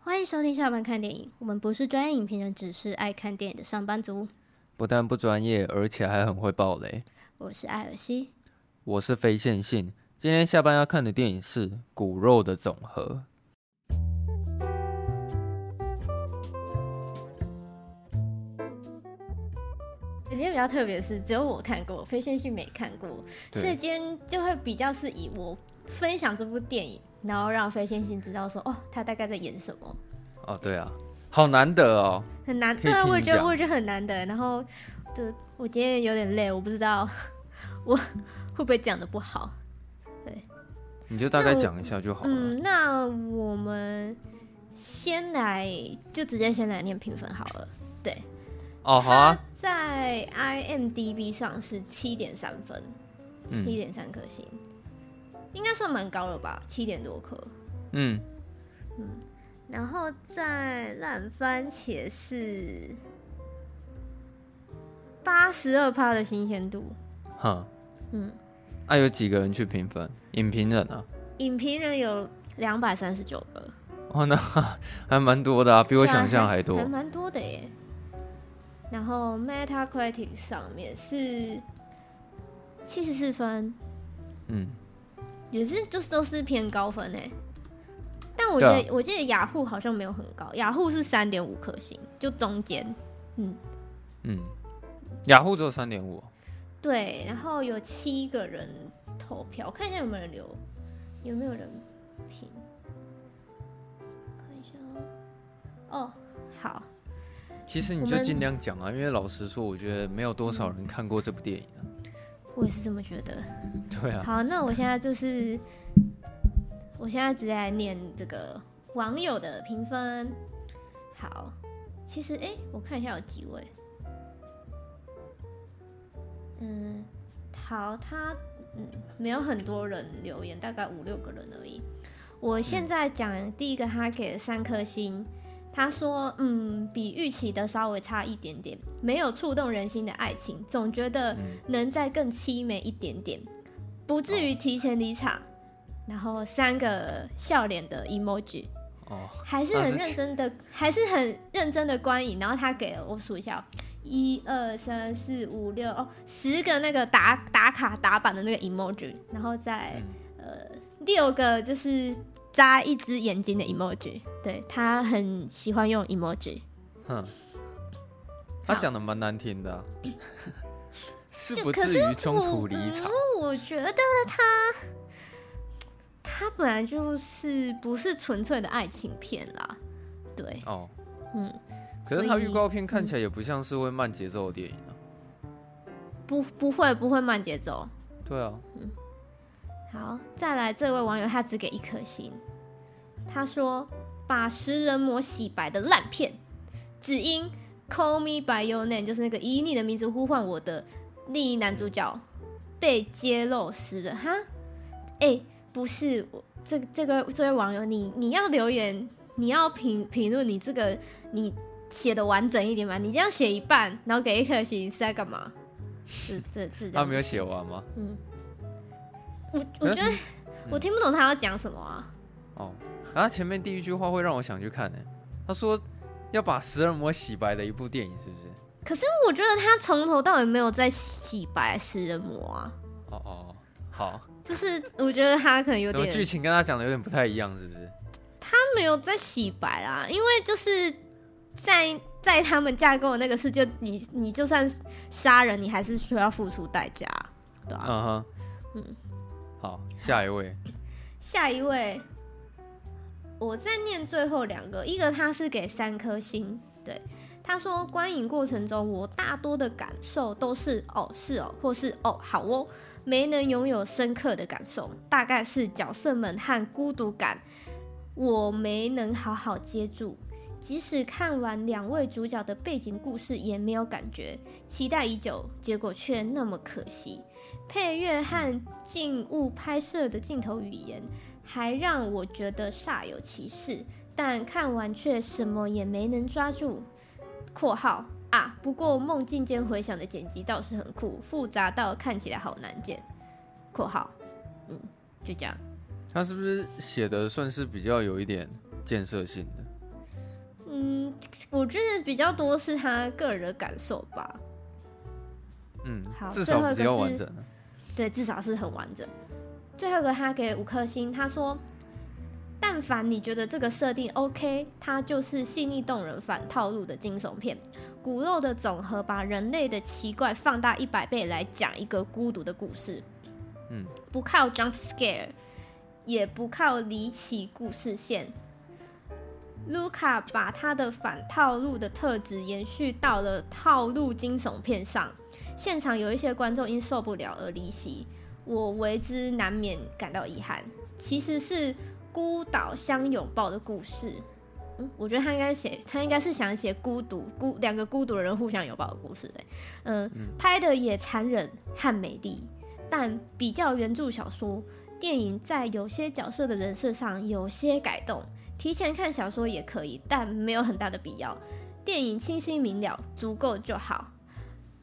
欢迎收听下班看电影，我们不是专业影评人，只是爱看电影的上班族。不但不专业，而且还很会爆雷。我是艾尔西，我是非线性，今天下班要看的电影是《骨肉的总和》。今天比较特别的是，只有我看过，非线性没看过，对所以今天就会比较是以我分享这部电影，然后让非线性知道说，哦，他大概在演什么，哦，对啊，好难得哦。很难，可以对啊，听我也你觉得讲我也觉得很难的。然后，就我今天有点累，我不知道我会不会讲的不好。你就大概讲一下就好了。嗯，那我们先来，就直接先来念评分好了。哦，好啊，在 IMDB 上是七点三分，嗯七点三颗星，应该算蛮高了吧，七点多颗。嗯，然后在烂番茄是八十二趴的新鲜度，哼，嗯，啊，有几个人去评分？影评人啊？影评人有两百三十九个，哦，那 还蛮多的啊，比我对啊想象还多还。蛮多的耶。然后 Metacritic 上面是七十四分，嗯，也是就是都是偏高分哎。但我记对啊得、我记得雅虎好像没有很高，雅虎是三点五颗星，就中间。嗯，雅虎只有三点五，对，然后有七个人投票，我看一下有没有人留，有没有人评？看一下哦，哦，好，其实你我就们尽量讲啊，因为老实说，我觉得没有多少人看过这部电影啊。我也是这么觉得。对啊，好，那我现在就是，我现在直接来念这个网友的评分。好，其实诶，我看一下有几位。嗯，好，他嗯没有很多人留言，大概五六个人而已。我现在讲第一个，他给了三颗星。他说：“嗯，比预期的稍微差一点点，没有触动人心的爱情，总觉得嗯能再更凄美一点点，不至于提前离场。然后三个笑脸的 emoji，哦，还是很认真的，还是很认真的观影。然后他给了我数一下哦，一二三四五六哦，十个那个打打卡打板的那个 emoji，然后再、嗯呃六个就是扎一只眼睛的 emoji。对他很喜欢用 emoji，哼，他好讲的蛮难 听的啊、是就不可至于中嗯途离场。我我觉得他他本来就是不是纯粹的爱情片啦，对，哦，嗯，可所是以嗯他预告片看起来也不像是会慢节奏的电影啊。不不会不会慢节奏。对啊，好，再来这位网友他只给一颗星，他说把食人魔洗白的烂片，只因 Call Me by Your Name 就是那个以你的名字呼唤我的另一男主角被揭露食人哈，哎、不是我这这个这位网友，你你要留言，你要评评论你这个你写的完整一点嘛，你这样写一半，然后给一颗星是在干嘛？这这这啊他没有有，写完吗？嗯，我我觉得。我听不懂他要讲什么啊。哦，然后前面第一句话会让我想去看呢、他说要把食人魔洗白的一部电影，是不是？但我觉得他从头到尾没有在洗白食人魔啊，哦哦，哦好，就是我觉得他可能有怎么点剧情跟他讲的有点不太一样，是不是？他没有在洗白啦，因为就是在在他们架构的那个世界，你你就算杀人，你还是需要付出代价，对啊。嗯哼，嗯嗯，好，下一位，下一位，我再念最后两个，一个他是给三颗星，对，他说观影过程中我大多的感受都是哦是哦，或是哦好哦，没能拥有深刻的感受，大概是角色们和孤独感，我没能好好接住。即使看完两位主角的背景故事，也没有感觉，期待已久，结果却那么可惜。配乐和静物拍摄的镜头语言，还让我觉得煞有其事，但看完却什么也没能抓住。（括号啊）不过梦境间回响的剪辑倒是很酷，复杂到看起来好难见。（括号嗯，就这样。他是不是写的算是比较有一点建设性的？嗯我觉得比较多是他个人的感受吧。嗯好，至最后少一比个较是完整啊。对，至少是很完整。最后一个他给五颗星，他说：“但凡你觉得这个设定 OK，它就是细腻动人、反套路的惊悚片。骨肉的总和把人类的奇怪放大一百倍来讲一个孤独的故事。嗯，不靠 jump scare，也不靠离奇故事线。”卢卡把他的反套路的特质延续到了套路惊悚片上，现场有一些观众因受不了而离席，我为之难免感到遗憾。其实是孤岛相拥抱的故事，嗯，我觉得他应该写，他应该是想写孤独孤两个孤独的人互相拥抱的故事、欸，嗯，拍的也残忍和美丽，但比较原著小说，电影在有些角色的人设上有些改动，提前看小说也可以，但没有很大的必要。电影清晰明了，足够就好。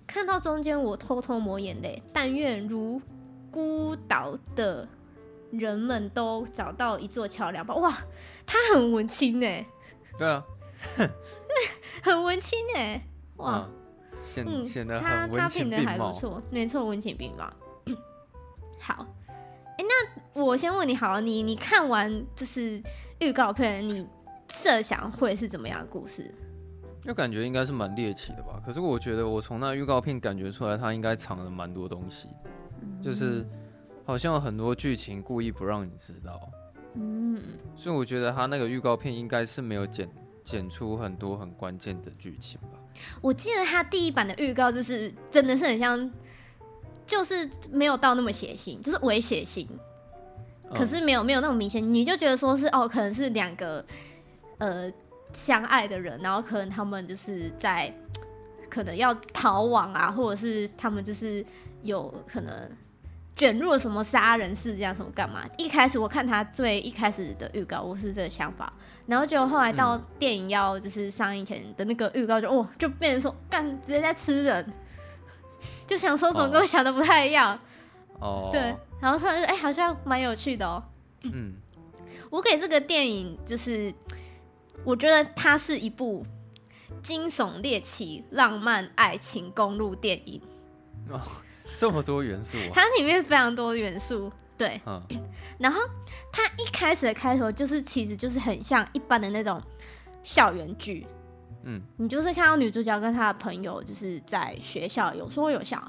看到中间我偷偷抹眼泪，但愿如孤岛的人们都找到一座桥梁吧。哇，他很文青哎，对啊，很文青哎，哇，嗯，显嗯显得他很他文情评的并还不茂。错，没错，文情并茂。 好，哎、那我先问你，好了，你你看完就是预告片，你设想会是怎么样的故事？就感觉应该是蛮猎奇的吧。可是我觉得我从那预告片感觉出来，它应该藏了蛮多东西的，就是好像有很多剧情故意不让你知道。嗯，所以我觉得他那个预告片应该是没有剪剪出很多很关键的剧情吧。我记得他第一版的预告就是真的是很像，就是没有到那么血腥，就是伪血腥，嗯可是没有没有那么明显，你就觉得说是哦，可能是两个呃相爱的人，然后可能他们就是在可能要逃亡啊，或者是他们就是有可能卷入了什么杀人事件啊什么干嘛。一开始我看他最一开始的预告，我是这个想法，然后就后来到电影要就是上映前的那个预告就，哦就变成说干直接在吃人， 就想说怎么跟我想的不太一样。哦，对，，然后突然就哎、好像蛮有趣的哦。嗯，我给这个电影就是，我觉得它是一部惊悚、猎奇、浪漫、爱情公路电影，这么多元素啊，它里面非常多元素。对，嗯，然后它一开始的开头就是，其实就是很像一般的那种校园剧。嗯，你就是看到女主角跟她的朋友就是在学校有说有笑，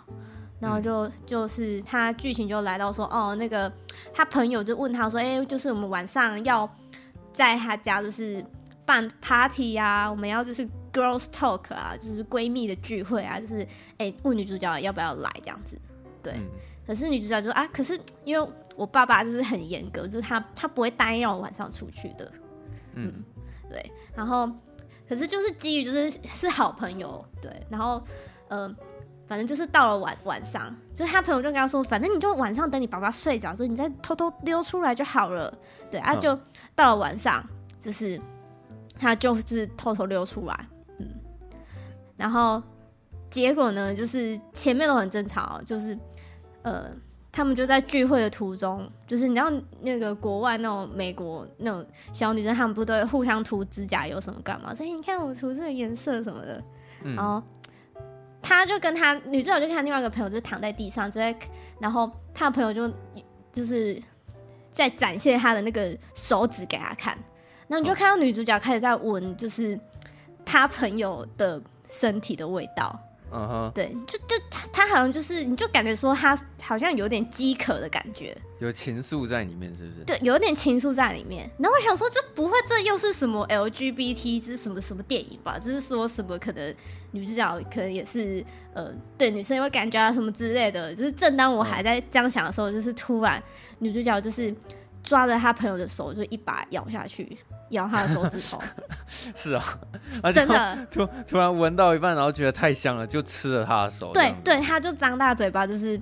然后就、就是她剧情就来到说，哦，那个她朋友就问她说，哎、就是我们晚上要在她家就是办 party 啊，我们要就是 girls talk 啊，就是闺蜜的聚会啊，就是哎、问女主角要不要来这样子。对嗯可是女主角就说啊，可是因为我爸爸就是很严格，就是他他不会答应让我晚上出去的。嗯然后，可是就是基于就是是好朋友，对，然后呃，反正就是到了晚晚上，就是他朋友就跟他说，反正你就晚上等你爸爸睡着之后，你再偷偷溜出来就好了。对，啊，嗯就到了晚上，就是他就是偷偷溜出来，嗯，然后结果呢，就是前面都很正常哦，就是呃。他们就在聚会的途中，就是你知道那个国外那种美国那种小女生，她们不都会互相涂指甲油什么干嘛？所以你看我涂这个颜色什么的，然嗯，后他就跟他女主角就跟他另外一个朋友就是躺在地上，就在，然后他的朋友就就是在展现他的那个手指给他看，然后你就看到女主角开始在闻，就是他朋友的身体的味道，嗯哼，对，就就他他好像就是你就感觉说他好像有点饥渴的感觉，有情愫在里面是不是？对，有点情愫在里面。然后我想说，这不会这又是什么 LGBT 之什么什么电影吧？就是说什么可能女主角可能也是呃对女生有感觉啊什么之类的。就是正当我还在这样想的时候，就是突然女主角就是抓着她朋友的手，就一把咬下去，咬她的手指 头，是啊， 而且真的。突突然闻到一半，然后觉得太香了，就吃了他的手。这对样子，对，她就张大嘴巴，就是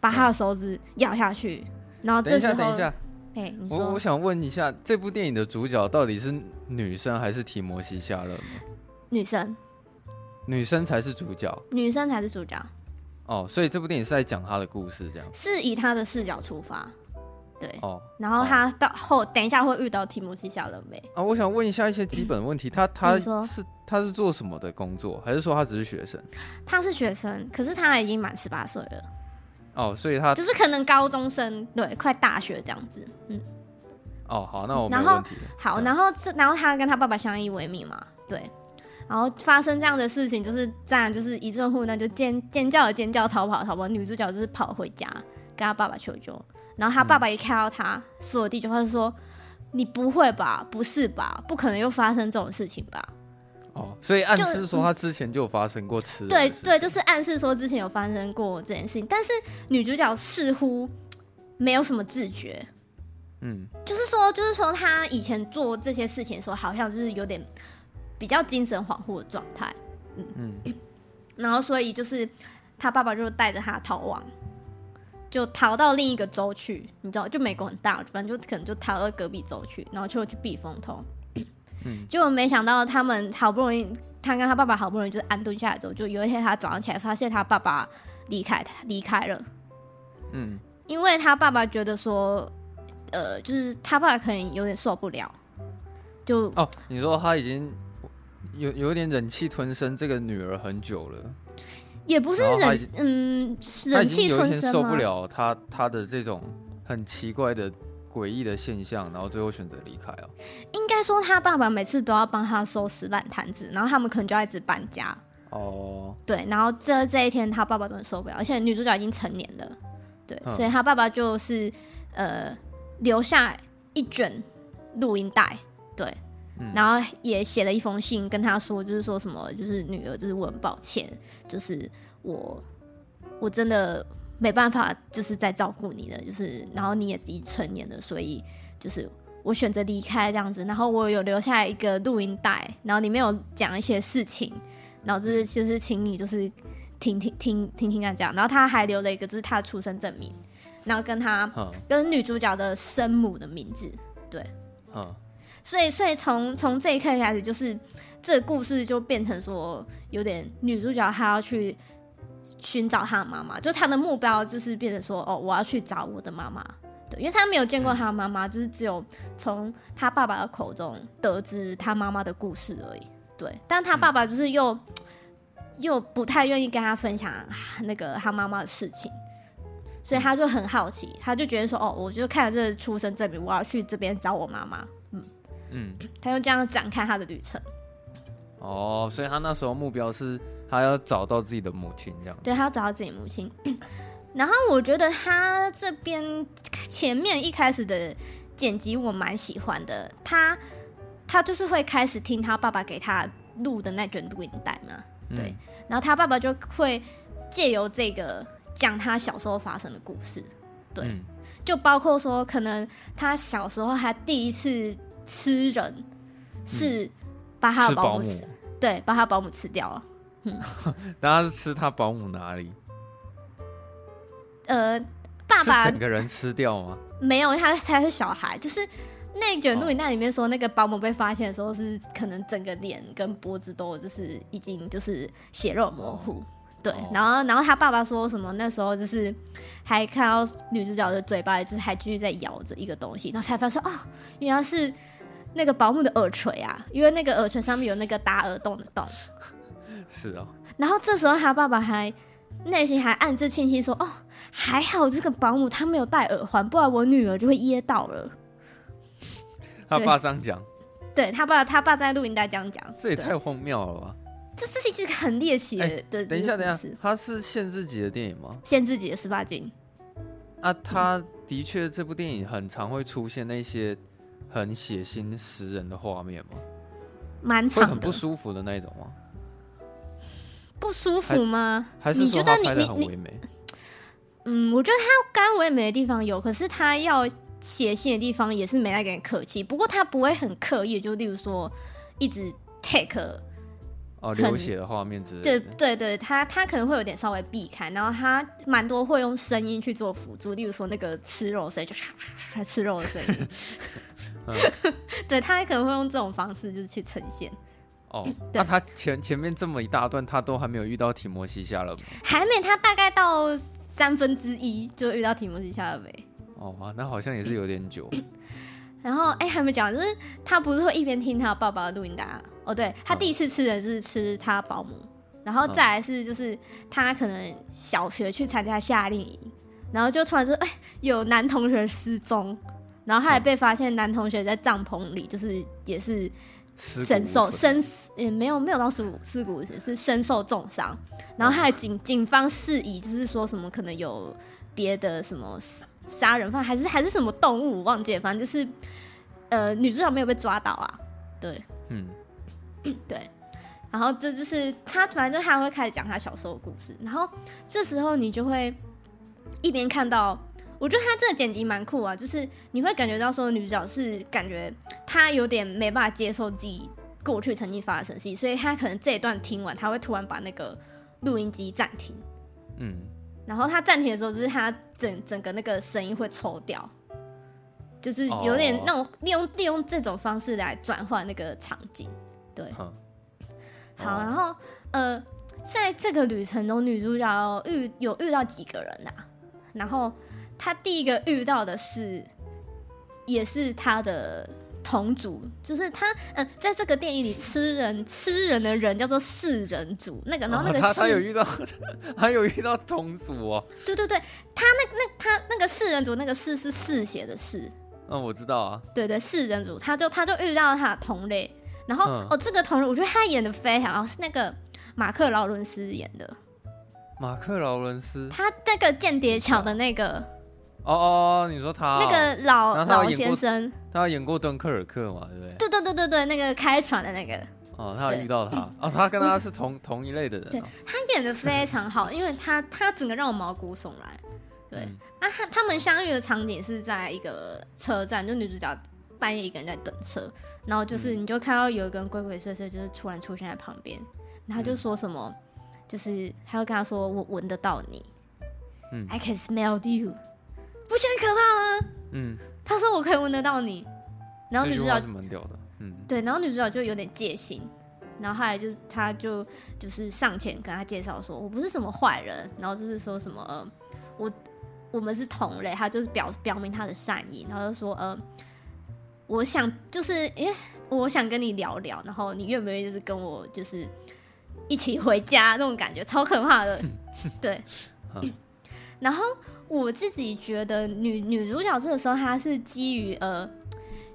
把她的手指咬下去。然后等这一时下，候，等一下，哎、你我我说想问一下，这部电影的主角到底是女生还是提摩西夏勒吗？女生，女生才是主角女生才是主角，哦，所以这部电影是在讲她的故事，这样。是以她的视角出发。对，哦然后好他到后等一下会遇到提摩西夏勒梅，啊，我想问一下一些基本问题，他他你说是他是做什么的工作，还是说他只是学生？他是学生，可是他已经满十八岁了，哦，所以他就是可能高中生，对，快大学这样子，嗯，哦好，那我没然有后问题了。好，嗯然后这然后他跟他爸爸相依为命嘛，对。然后发生这样的事情，就是这样，就是一阵混乱，就尖尖叫的尖叫，逃跑的逃跑。女主角就是跑回家跟他爸爸求救，然后他爸爸一看到他说的第一句话是说：“你不会吧？不是吧？不可能又发生这种事情吧？”哦，所以暗就嗯示说他之前就有发生过吃人对的事对，就是暗示说之前有发生过这件事情，但是女主角似乎没有什么自觉，嗯，就是说，就是说她以前做这些事情的时候，好像就是有点比较精神恍惚的状态，嗯然后所以就是她爸爸就带着她逃亡，就逃到另一个州去，你知道，就美国很大，反正就可能就逃到隔壁州去，然后就去避风头。嗯结果没想到他们好不容易，他跟他爸爸好不容易就是安顿下来之后，就有一天他早上起来发现他爸爸离开他离开了，嗯因为他爸爸觉得说，呃，就是他爸爸可能有点受不了，就哦，你说他已经有有点忍气吞声这个女儿很久了，也不是然后他忍已经嗯他忍已经气有一吞天声受吗不了他他的这种很奇怪的诡异的现象，然后最后选择离开哦。应该说他爸爸每次都要帮他收拾烂摊子，然后他们可能就要一直搬家。哦，对，然后这这一天他爸爸终于受不了，而且女主角已经成年了，对，嗯所以他爸爸就是呃留下一卷录音带，对，嗯然后也写了一封信跟他说，就是说什么，就是女儿，就是我很抱歉，就是我我真的没办法，就是在照顾你了，就是然后你也已成年了，所以就是我选择离开这样子，然后我有留下来一个录音带，然后里面有讲一些事情，然后就是就是请你就是听听听听听看这样，然后他还留了一个就是他的出生证明，然后跟他哦哼跟女主角的生母的名字，哼，所以，所以从从这一刻开始，就是这个故事就变成说，有点女主角她要去寻找她的妈妈，就她的目标就是变成说，哦，我要去找我的妈妈。对，因为她没有见过她的妈妈，就是只有从她爸爸的口中得知她妈妈的故事而已。对，但她爸爸就是又、又不太愿意跟她分享那个她妈妈的事情。所以她就很好奇，她就觉得说，哦，我就看了这个出生证明，我要去这边找我妈妈。嗯，他就这样展开他的旅程。哦，所以他那时候目标是他要找到自己的母亲这样。对他要找到自己母亲。 然后我觉得他这边前面一开始的剪辑我蛮喜欢的，他他就是会开始听他爸爸给他录的那卷录音带嘛，对，嗯然后他爸爸就会借由这个讲他小时候发生的故事，对嗯就包括说，可能他小时候他第一次吃人是把他吃的保保姆姆，死，对，把他保姆吃掉了。那他是吃他保姆哪里？呃，爸是爸整个人吃掉吗？没有，他才是小孩，就是那卷录影带里面说，那个保姆被发现的时候是可能整个脸跟脖子都就是已经就是血肉模糊。对哦，然后然后他爸爸说什么？那时候就是还看到女主角的嘴巴，就是还继续在咬着一个东西，然后才发现哦，原来是那个保姆的耳垂啊，因为那个耳垂上面有那个打耳洞的洞。是哦，然后这时候他爸爸还内心还暗自庆幸说：“哦，还好这个保姆她没有戴耳环，不然我女儿就会噎到了。他对爸这样讲，对”他爸，他爸在录音带这样讲，这也对太荒谬了吧！这这是一个很猎奇的、哎的。等一下，等一下下，，他是限制级的电影吗？限制级的十八禁，啊，他的确这部电影很常会出现那些很血腥食人的画面吗？蛮会长很的，不舒服的那一种吗？不舒服吗？还是你说觉他得拍你的你很你唯美？嗯，我觉得他干唯美的地方有，可是他要写信的地方也是没在给人客气。不过他不会很刻意，就例如说一直 take 哦，很流血的画面之类对的。对对，他他可能会有点稍微避开，然后他蛮多会用声音去做辅助，例如说那个吃肉的声音，就吃肉的声音， 嗯对他可能会用这种方式就是去呈现，哦，嗯那他前前面这么一大段，他都还没有遇到提摩西夏勒吗？还没他大概到三分之一就遇到提摩西夏勒梅，哦哇，那好像也是有点久。嗯然后哎、还没讲，就是他不是会一边听他爸爸的录音带啊哦，对他嗯第一次吃的是吃他保姆，然后嗯再来是就是他可能小学去参加夏令营，然后就突然说哎有男同学失踪，然后他也嗯被发现男同学在帐篷里，就是也是尸骨身无受存身也没有没有到尸骨尸骨无存是身受重伤，然后嗯他的警警方事宜就是说什么可能有别的什么杀杀人犯还是还是什么动物我忘记了，反正就是呃女主角没有被抓到啊，对嗯，对，然后这就是他反正就他会开始讲他小时候的故事，然后这时候你就会一边看到。我觉得他这个剪辑蛮酷啊，就是你会感觉到说女主角是感觉她有点没办法接受自己过去曾经发生的事情，所以她可能这一段听完，她会突然把那个录音机暂停，嗯，然后他暂停的时候，就是他整整个那个声音会抽掉，就是有点哦那种利用利用这种方式来转换那个场景。对，哼好，哦然后呃，在这个旅程中，女主角遇有遇到几个人啊，然后她第一个遇到的是，也是她的同族，就是她嗯、呃在这个电影里吃人吃人的人叫做世人族，那个然后那哦个他他世有遇到 他有遇到同组哦，对对对，他那那他那个四人组那个四是嗜血的嗜，嗯，我知道啊，对对，四人组，他就他就遇到他的同类，然后、嗯哦，这个同类我觉得他演的非常好，是那个马克劳伦斯演的，嗯马克劳伦斯，他那个间谍桥的那个、哦哦，哦你说他哦、那个老然后他有老演先过生，他演过敦刻尔克嘛，对不对？对对对对对，那个开船的那个，哦，他有对嗯遇到他，哦，他跟他是同同一类的人、对哦，他演的非常好，因为他他整个让我毛骨悚然。对，嗯那他他们相遇的场景是在一个车站，就女主角半夜一个人在等车，然后就是嗯你就看到有一个人鬼鬼祟祟，就是突然出现在旁边，然嗯后就说什么，就是还要跟他说我闻得到你，嗯 i can smell you，不觉得很可怕吗？嗯，他说我可以闻得到你，然后这女句主话角是蛮屌的，嗯，对，然后女主角就有点戒心，然后后来就是她就就是上前跟他介绍说，我不是什么坏人，然后就是说什么、呃、我我们是同类，她就是表表明她的善意，然后就说呃，我想就是诶，我想跟你聊聊，然后你愿不愿意就是跟我就是一起回家那种感觉，超可怕的，对嗯。然后我自己觉得女女主角这个时候她是基于呃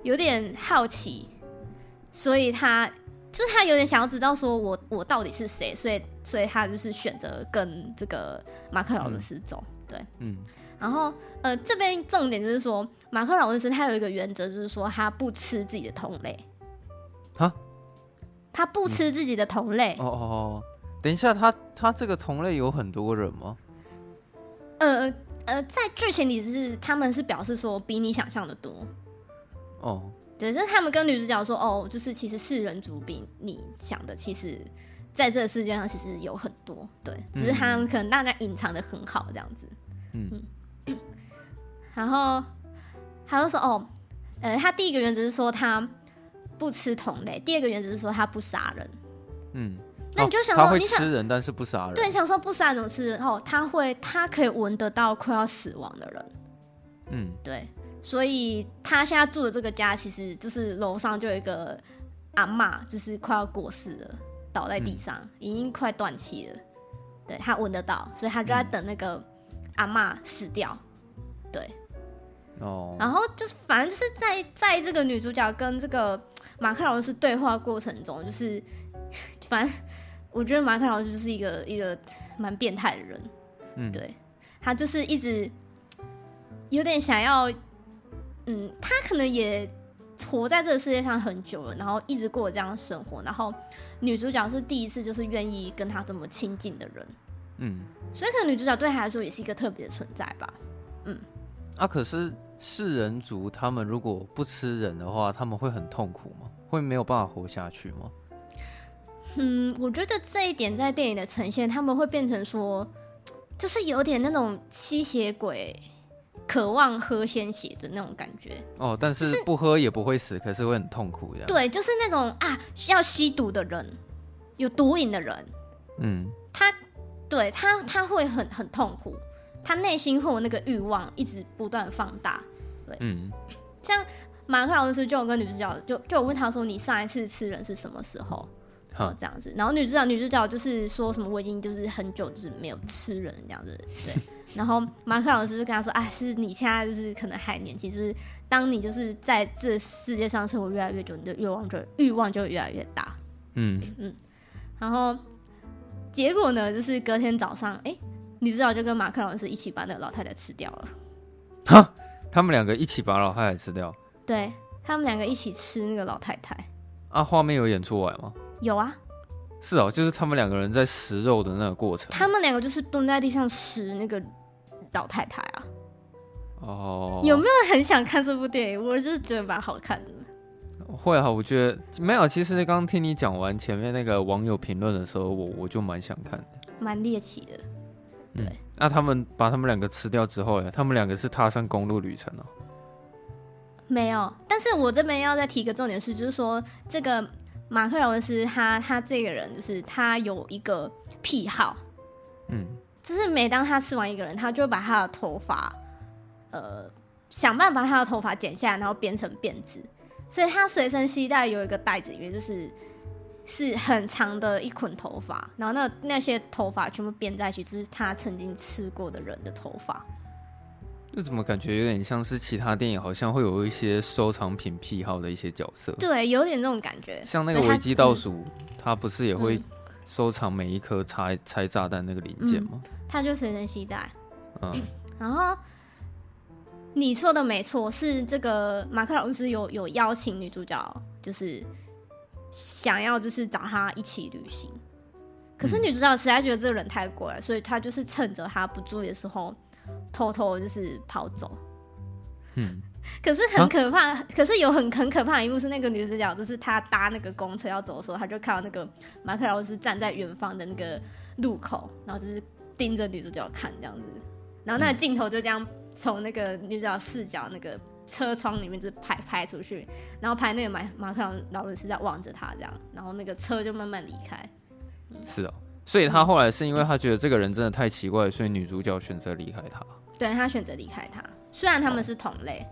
有点好奇，所以他就是他有点想要知道说我我到底是谁，所以所以他就是选择跟这个马克劳伦斯走。对，嗯，然后呃这边重点就是说马克劳伦斯他有一个原则，就是说他不吃自己的同类。哈？他不吃自己的同类。哦哦哦，等一下，他他这个同类有很多人吗？呃呃，在剧情里是他们是表示说比你想象的多。哦，对，就是他们跟女主角说，哦，就是其实世人族比你想的，其实在这个世界上其实有很多，对，只是他们可能大家隐藏的很好这样子。嗯然后他就说，哦，呃，他第一个原则是说他不吃同类，第二个原则是说他不杀人。嗯，那你就想哦、他说会你想吃人，但是不杀人，对，想说不杀人怎么吃人？哦，他会，他可以闻得到快要死亡的人。嗯，对，所以他现在住的这个家，其实就是楼上就有一个阿嬷，就是快要过世了，倒在地上，已经快断气了。对他闻得到，所以他就在等那个阿嬷死掉。对，哦，然后就是反正就是在在这个女主角跟这个马克劳斯对话过程中，就是 反正我觉得马克劳斯就是一个一个蛮变态的人。嗯，对他就是一直有点想要，嗯，他可能也活在这个世界上很久了，然后一直过这样的生活，然后女主角是第一次就是愿意跟他这么亲近的人，嗯，所以可能女主角对他来说也是一个特别的存在吧。啊，可是世人族他们如果不吃人的话，他们会很痛苦吗？会没有办法活下去吗？嗯，我觉得这一点在电影的呈现，他们会变成说，就是有点那种吸血鬼渴望喝鲜血的那种感觉。哦，但是不喝也不会死，可是会很痛苦这样。，嗯对，就是那种啊，要吸毒的人，有毒瘾的人，嗯他对他他会很很痛苦，他内心会有那个欲望一直不断地放大。嗯，像马克老师就有跟女主角就就有问他说，你上一次吃人是什么时候？哦好，这样子，然后女主角女主角就是说什么我已经就是很久就是没有吃人这样子，对。然后马克老师就跟他说，哎，是你现在就是可能还年轻，就是当你就是在这世界上生活越来越久，你的欲望就欲望就越来越大。嗯，然后结果呢，就是隔天早上，哎、女主角就跟马克老师一起把那个老太太吃掉了。哈，他们两个一起把老太太吃掉对他们两个一起吃那个老太太，啊？画面有演出来吗？有啊，是哦，就是他们两个人在食肉的那个过程。他们两个就是蹲在地上吃那个老太太啊。哦，有没有很想看这部电影？我就是觉得蛮好看的。会啊，我觉得没有。其实刚刚听你讲完前面那个网友评论的时候，我我就蛮想看的。蛮猎奇的。那他们把他们两个吃掉之后呢？哎他们两个是踏上公路旅程哦。没有，但是我这边要再提一个重点是，就是说这个马克·劳文斯他他这个人就是他有一个癖好，嗯，就是每当他吃完一个人，他就会把他的头发，呃，想办法把他的头发剪下来，然后编成辫子。所以他随身携带有一个袋子，里面就是是很长的一捆头发，然后那那些头发全部编在一起，就是他曾经吃过的人的头发。这怎么感觉有点像是其他电影，好像会有一些收藏品癖好的一些角色，对，有点这种感觉。像那个对他维基倒数，他不是也会嗯收藏每一颗拆拆炸弹那个零件吗？他就随身携带。嗯，然后你说的没错，是这个马克老师有有邀请女主角，就是想要就是找她一起旅行。可是女主角实在觉得这个人太怪了，所以她就是趁着他不注意的时候，偷偷就是跑走。嗯，可是很可怕，可是有很很可怕的一幕是那个女主角，就是她搭那个公车要走的时候，她就看到那个马克老师站在远方的那个路口，然后就是盯着女主角看这样子，然后那个镜头就这样从那个女主角视角那个车窗里面就是拍拍出去，然后拍那个马马克劳伦斯在望着她这样，然后那个车就慢慢离开。是哦。所以他后来是因为他觉得这个人真的太奇怪，所以女主角选择离开他。对她选择离开他，虽然他们是同类，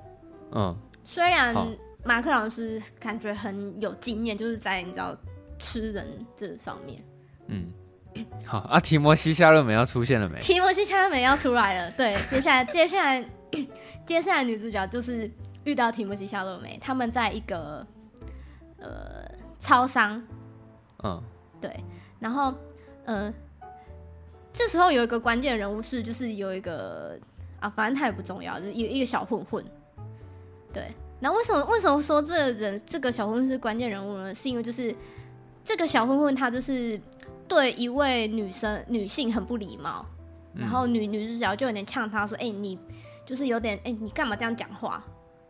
嗯，虽然好马克老师感觉很有经验，就是在你知道吃人这方面，嗯， 好啊，提摩西夏勒梅要出现了没？提摩西·夏勒梅要出来了。对，接下来接下来 接下来女主角就是遇到提摩西·夏勒梅，他们在一个呃超商，嗯，对，然后呃这时候有一个关键人物是就是有一个啊，反正他也不重要，就是一一个小混混，对。然后为什么为什么说这个人这个小混混是关键人物呢？是因为就是这个小混混他就是对一位女生女性很不礼貌，然后女女主角就有点呛他说：“哎、你就是有点哎、你干嘛这样讲话？”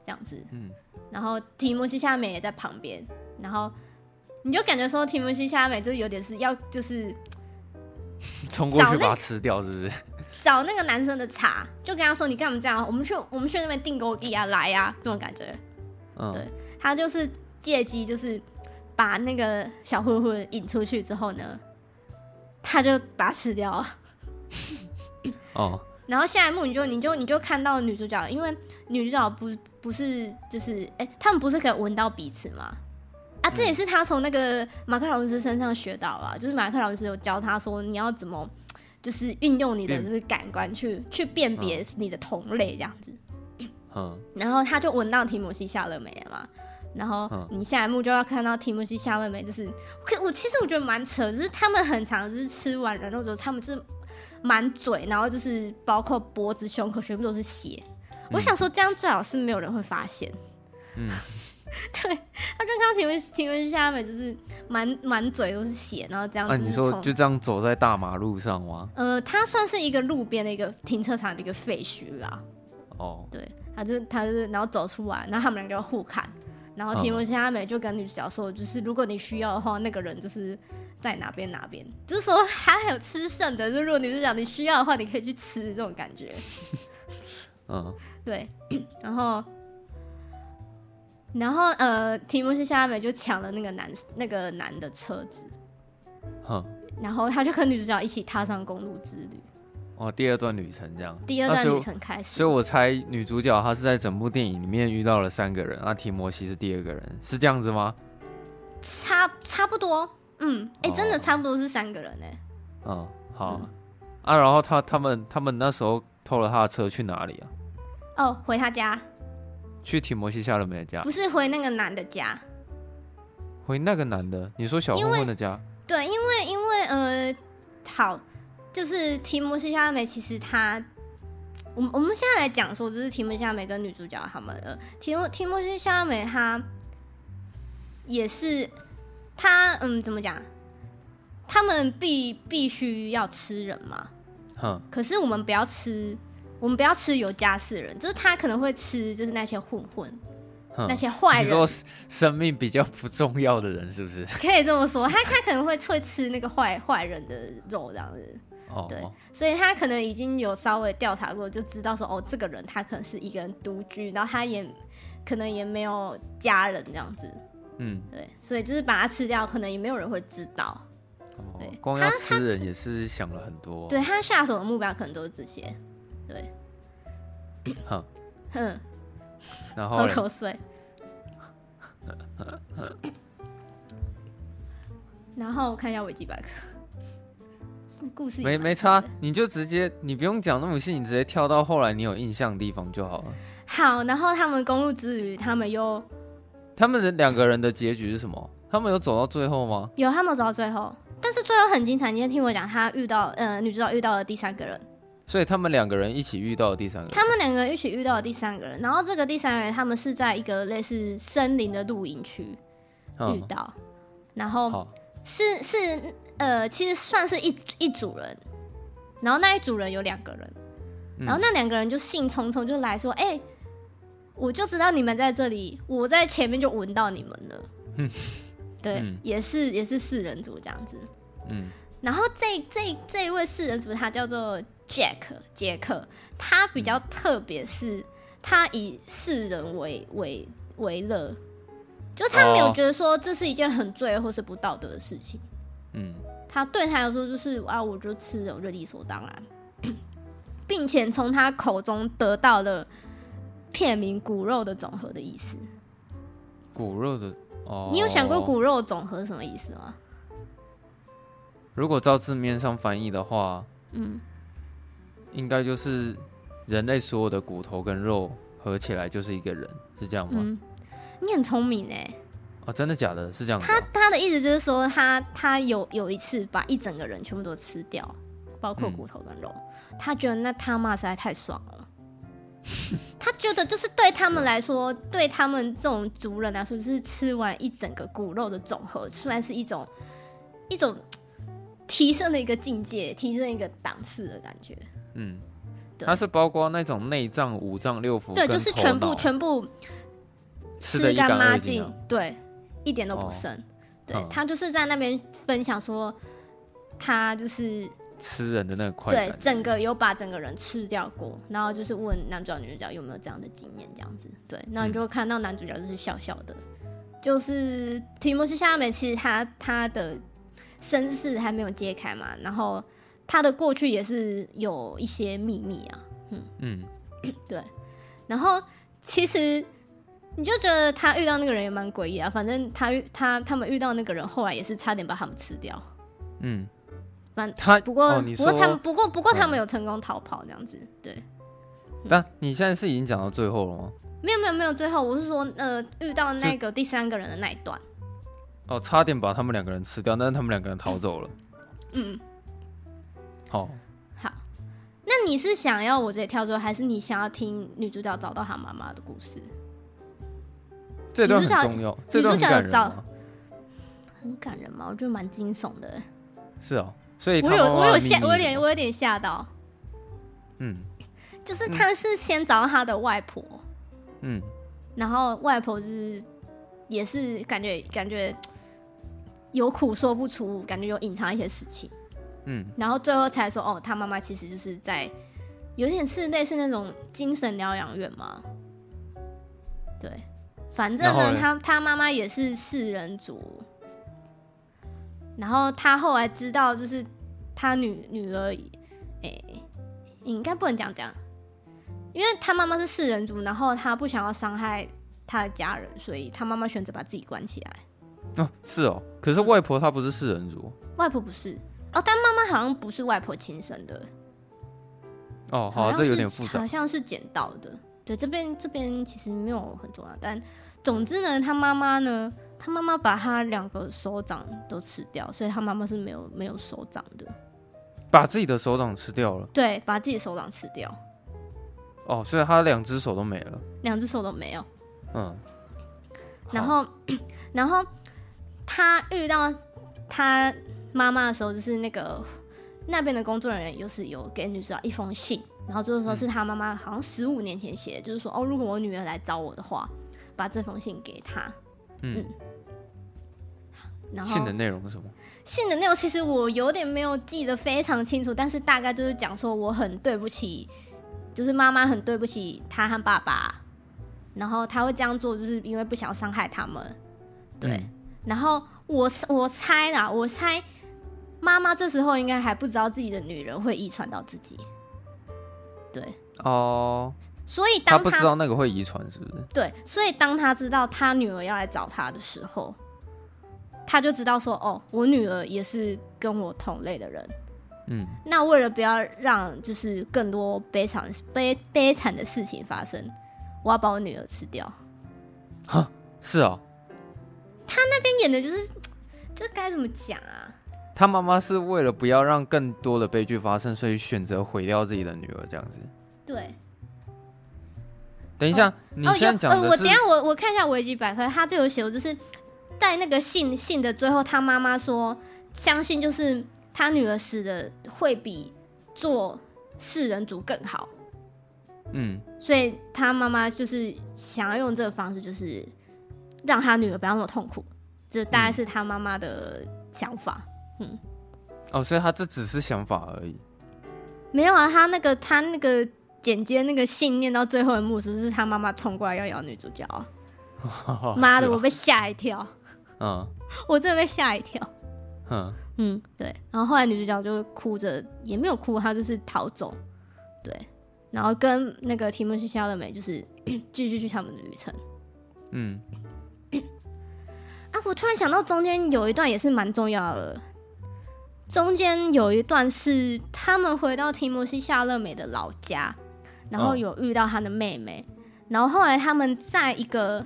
这样子，嗯然后提摩西夏美也在旁边，然后你就感觉说提摩西夏美就有点是要就是冲过找去那把它吃掉，是不是？找那个男生的茬，就跟他说：“你干嘛这样？我们去我们去那边订狗地啊，来啊！”这种感觉，对嗯，他就是借机就是把那个小混混引出去之后呢，他就把他吃掉了。哦，然后下一幕你就你就你就看到女主角，因为女主角不不是就是哎、他们不是可以闻到彼此吗？啊，这也是他从那个马克老师身上学到了，就是马克老师有教他说你要怎么就是运用你的辨就是感官去去辨别你的同类这样子。嗯，然后他就闻到提摩西夏勒梅了嘛。然后嗯你下一幕就要看到提摩西夏勒梅，就是可我其实我觉得蛮扯，就是他们很常就是吃完人肉之后，他们就是满嘴，然后就是包括脖子、胸口全部都是血。我想说这样最好是没有人会发现。嗯， 对，他就看到提摩西提摩西夏勒梅就是满满嘴都是血，然后这样啊，就是你从、说就这样走在大马路上吗？呃，他算是一个路边的一个停车场的一个废墟啦。哦，对，他就他就是然后走出来，然后他们两个就互看，然嗯后提摩西阿美就跟女主角说，就是如果你需要的话，那个人就是在哪边哪边，就是说还有吃剩的，就如果女主角你需要的话，你可以去吃这种感觉。嗯，对， 然后然后呃，提摩西夏阿美就抢了那个男那个男的车子，哼，然后他就跟女主角一起踏上公路之旅。哦，第二段旅程这样。第二那段所以旅我程开始。所以我猜女主角她是在整部电影里面遇到了三个人，那提摩西是第二个人，是这样子吗？差差不多，嗯，哎、真的哦差不多是三个人哎、嗯，好啊。然后他他们他们那时候偷了他的车去哪里啊？哦，回他家，去提摩西夏勒梅的家，不是回那个男的家。回那个男的，你说小混混的家，对，因为因为呃，好，就是提摩西夏梅，其实他，我们我们现在来讲说，就是提摩西夏梅跟女主角他们，呃，提摩提摩西夏梅她也是，她嗯，怎么讲？他们必必须要吃人嘛，哼，可是我们不要吃，我们不要吃有家世人，就是他可能会吃，就是那些混混、哼那些坏你人啊说，是生命比较不重要的人是不是？可以这么说，他他可能会会吃那个坏坏人的肉这样子。哦，对所以他可能已经有稍微调查过，就知道说哦，这个人他可能是一个人独居，然后他也可能也没有家人这样子，嗯，对，所以就是把他吃掉，可能也没有人会知道。哦对光要吃人也是想了很多，对，他下手的目标可能都是这些，对，哼，哼，然后喝嘞口 水。然后我看一下维基百科，这故事也没蛮没长差的，你就直接你不用讲那么细，你直接跳到后来你有印象的地方就好了。好，然后他们公路之旅，他们又他们的两个人的结局是什么？他们有走到最后吗？有，他们有走到最后，但是最后很精彩。你先听我讲，他遇到呃女主角遇到了第三个人，所以他们两个人一起遇到的第三个人，他们两个一起遇到了第三个人，然后这个第三个人他们是在一个类似森林的露营区遇嗯，到，然后好，是是呃其实算是一一组人，然后那一组人有两个人，嗯然后那两个人就兴冲冲就来说，哎、我就知道你们在这里，我在前面就闻到你们了， 对，嗯也是也是四人组这样子，嗯，然后这这这一位四人组，他叫做 Jack 杰克，他比较特别嗯是，他以世人为为为乐，就他没有哦觉得说这是一件很罪恶或是不道德的事情。嗯，他对他来说就是啊，我就吃人，我就理所当然， 并且从他口中得到了片名“骨肉”的总和的意思。骨肉的哦，你有想过“骨肉总和”什么意思吗？如果照字面上翻译的话，嗯，应该就是人类所有的骨头跟肉合起来就是一个人，是这样吗？嗯，你很聪明哎、哦，真的假的？是这样子、他哦。他的意思就是说他，他有有一次把一整个人全部都吃掉，包括嗯骨头跟肉，他觉得那他妈实在太爽了。他觉得就是对他们来说，对他们这种族人来说，就是吃完一整个骨肉的总和，算是一种一种提升的一个境界，提升一个档次的感觉。嗯，对它是包括那种内脏、五脏六腑，对，就是全欸部全部吃得一干干抹二净净啊，对，一点都不哦剩。对嗯他就是在那边分享说，他就是吃人的那个快对感。整个有把整个人吃掉过，然后就是问男主角、女主角有没有这样的经验，这样子。对，那嗯你就会看到男主角就是笑笑的，就是提莫西夏美，其实他他的身世还没有揭开嘛，然后他的过去也是有一些秘密啊，嗯，然后其实你就觉得他遇到那个人也蛮诡异啊，反正他遇他他们遇到那个人，后来也是差点把他们吃掉。嗯，反他不过、哦、你不说嗯过他们不过不过他们有成功逃跑这样子，对，但你现在是已经讲到最后了吗？没有没有没有，最后我是说呃遇到那个第三个人的那一段，哦，差点把他们两个人吃掉，但是他们两个人逃走了。嗯，好、好。那你是想要我直接跳出来，还是你想要听女主角找到她妈妈的故事？这段女很主角重要，这段很感女主人啊角有吗。很感人吗？我觉得蛮惊悚的。是哦，所以他我有妈妈我有的秘吓，密我有是点吗我有点吓到，嗯就是他是先找到他的外婆，嗯然后外婆就是也是感觉感觉有苦说不出，感觉有隐藏一些事情，嗯然后最后才说哦，他妈妈其实就是在有点是类似那种精神疗养院嘛，对，反正然后呢，嘞他他妈妈也是世人族，然后他后来知道就是他女女儿，诶、应该不能讲这样，因为他妈妈是四人族，然后他不想要伤害他的家人，所以他妈妈选择把自己关起来。哦，是哦。可是外婆她不是四人族外婆不是哦，但妈妈好像不是外婆亲生的，哦，好好啊，像这是有点复杂好。像是捡到的。对，这边这边其实没有很重要，但总之呢，他妈妈呢，他妈妈把他两个手掌都吃掉，所以他妈妈是没有没有手掌的。把自己的手掌吃掉了，对，把自己手掌吃掉，哦，所以她两只手都没了。两只手都没有。嗯，然好后， 然后他遇到他妈妈的时候，就是那个那边的工作人员，就是有给女主角一封信，然后嗯就是说是他妈妈好像十五年前写的，就是说哦，如果我女儿来找我的话，把这封信给她。嗯，然后信的内容是什么？信的内容其实我有点没有记得非常清楚，但是大概就是讲说我很对不起，就是妈妈很对不起他和爸爸，然后他会这样做就是因为不想伤害他们，对。嗯然后我我猜啦，我猜妈妈这时候应该还不知道自己的女人会遗传到自己，对。哦，所以她当不他知道那个会遗传，是不是？对，所以当他知道他女儿要来找他的时候，他就知道说，哦，我女儿也是跟我同类的人。嗯，那为了不要让就是更多悲惨悲悲惨的事情发生，我要把我女儿吃掉。是哦。那边演的就是，这该怎么讲啊？她妈妈是为了不要让更多的悲剧发生，所以选择毁掉自己的女儿，这样子。对，等一下，你哦，现有在讲呃，的我是等一下我我看一下维基百科，他就有写，就是在那个信信的最后，他妈妈说，相信就是他女儿死的会比做世人族更好，嗯，所以他妈妈就是想要用这个方式，就是让他女儿不要那么痛苦，这大概是他妈妈的想法。哦，所以她这只是想法而已。没有啊，他那个他那个简介那个信念到最后一幕，只是他妈妈冲过来要咬女主角啊！妈的， 是我哦被吓一跳， 嗯我真的被吓一跳。嗯，嗯，对。然后后来女主角就哭着，也没有哭，她就是逃走。对，然后跟那个提莫西·肖勒梅就是 继续去他们的旅程。嗯，啊，我突然想到中间有一段也是蛮重要的，中间有一段是他们回到提摩西夏勒美的老家，然后嗯有遇到他的妹妹，然后后来他们在一个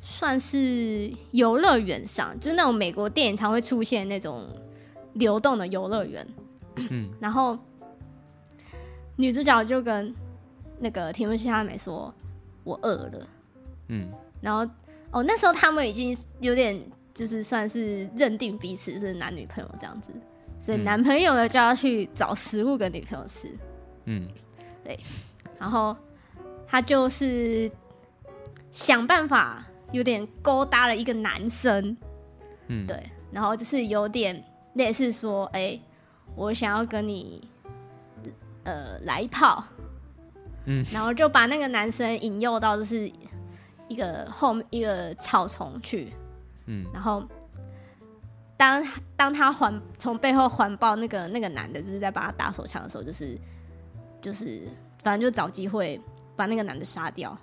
算是游乐园上，就是那种美国电影常会出现那种流动的游乐园，嗯 然后女主角就跟那个提摩西夏勒美说：“我饿了。”嗯，然后哦，那时候他们已经有点就是算是认定彼此是男女朋友这样子，所以嗯男朋友呢就要去找食物给女朋友吃，嗯，然后他就是想办法有点勾搭了一个男生，嗯，对，然后就是有点类似说，哎、我想要跟你呃来一炮，嗯，然后就把那个男生引诱到就是一个后一个草丛去，嗯然后当当他环从背后环抱那个那个男的，就是在帮他打手枪的时候，就是就是反正就找机会把那个男的杀掉。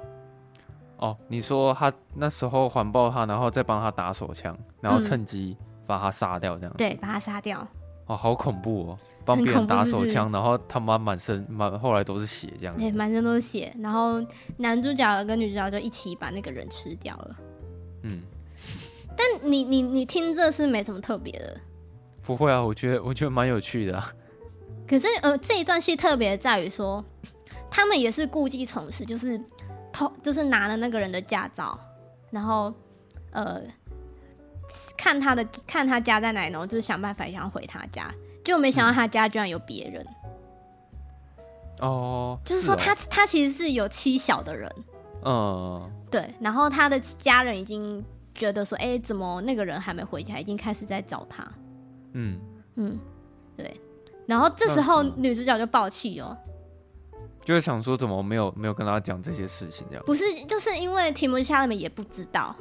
哦，你说他那时候环抱他，然后再帮他打手枪，然后嗯趁机把他杀掉，这样、对，把他杀掉。哦，好恐怖哦，帮很别人恐怖打是不手是枪，然后他妈满身满后来都是血这样对，满身都是血。然后男主角跟女主角就一起把那个人吃掉了。嗯，但你你你听这是没什么特别的，不会啊，我觉得我觉得蛮有趣的、啊，可是呃这一段戏特别在于说，他们也是故技重施，就是偷就是拿了那个人的驾照，然后呃看他的看他家在哪里，然后就是想办法想回他家，结果没想到他家居然有别人，哦，就是说哦他、他其实是有妻小的人。嗯，对，然后他的家人已经觉得说，哎、怎么那个人还没回家，已经开始在找他。嗯，嗯，对。然后这时候那嗯女主角就爆气哦，就是想说怎么没有没有跟他讲这些事情这样，不是，就是因为提摩西·夏勒美也不知道，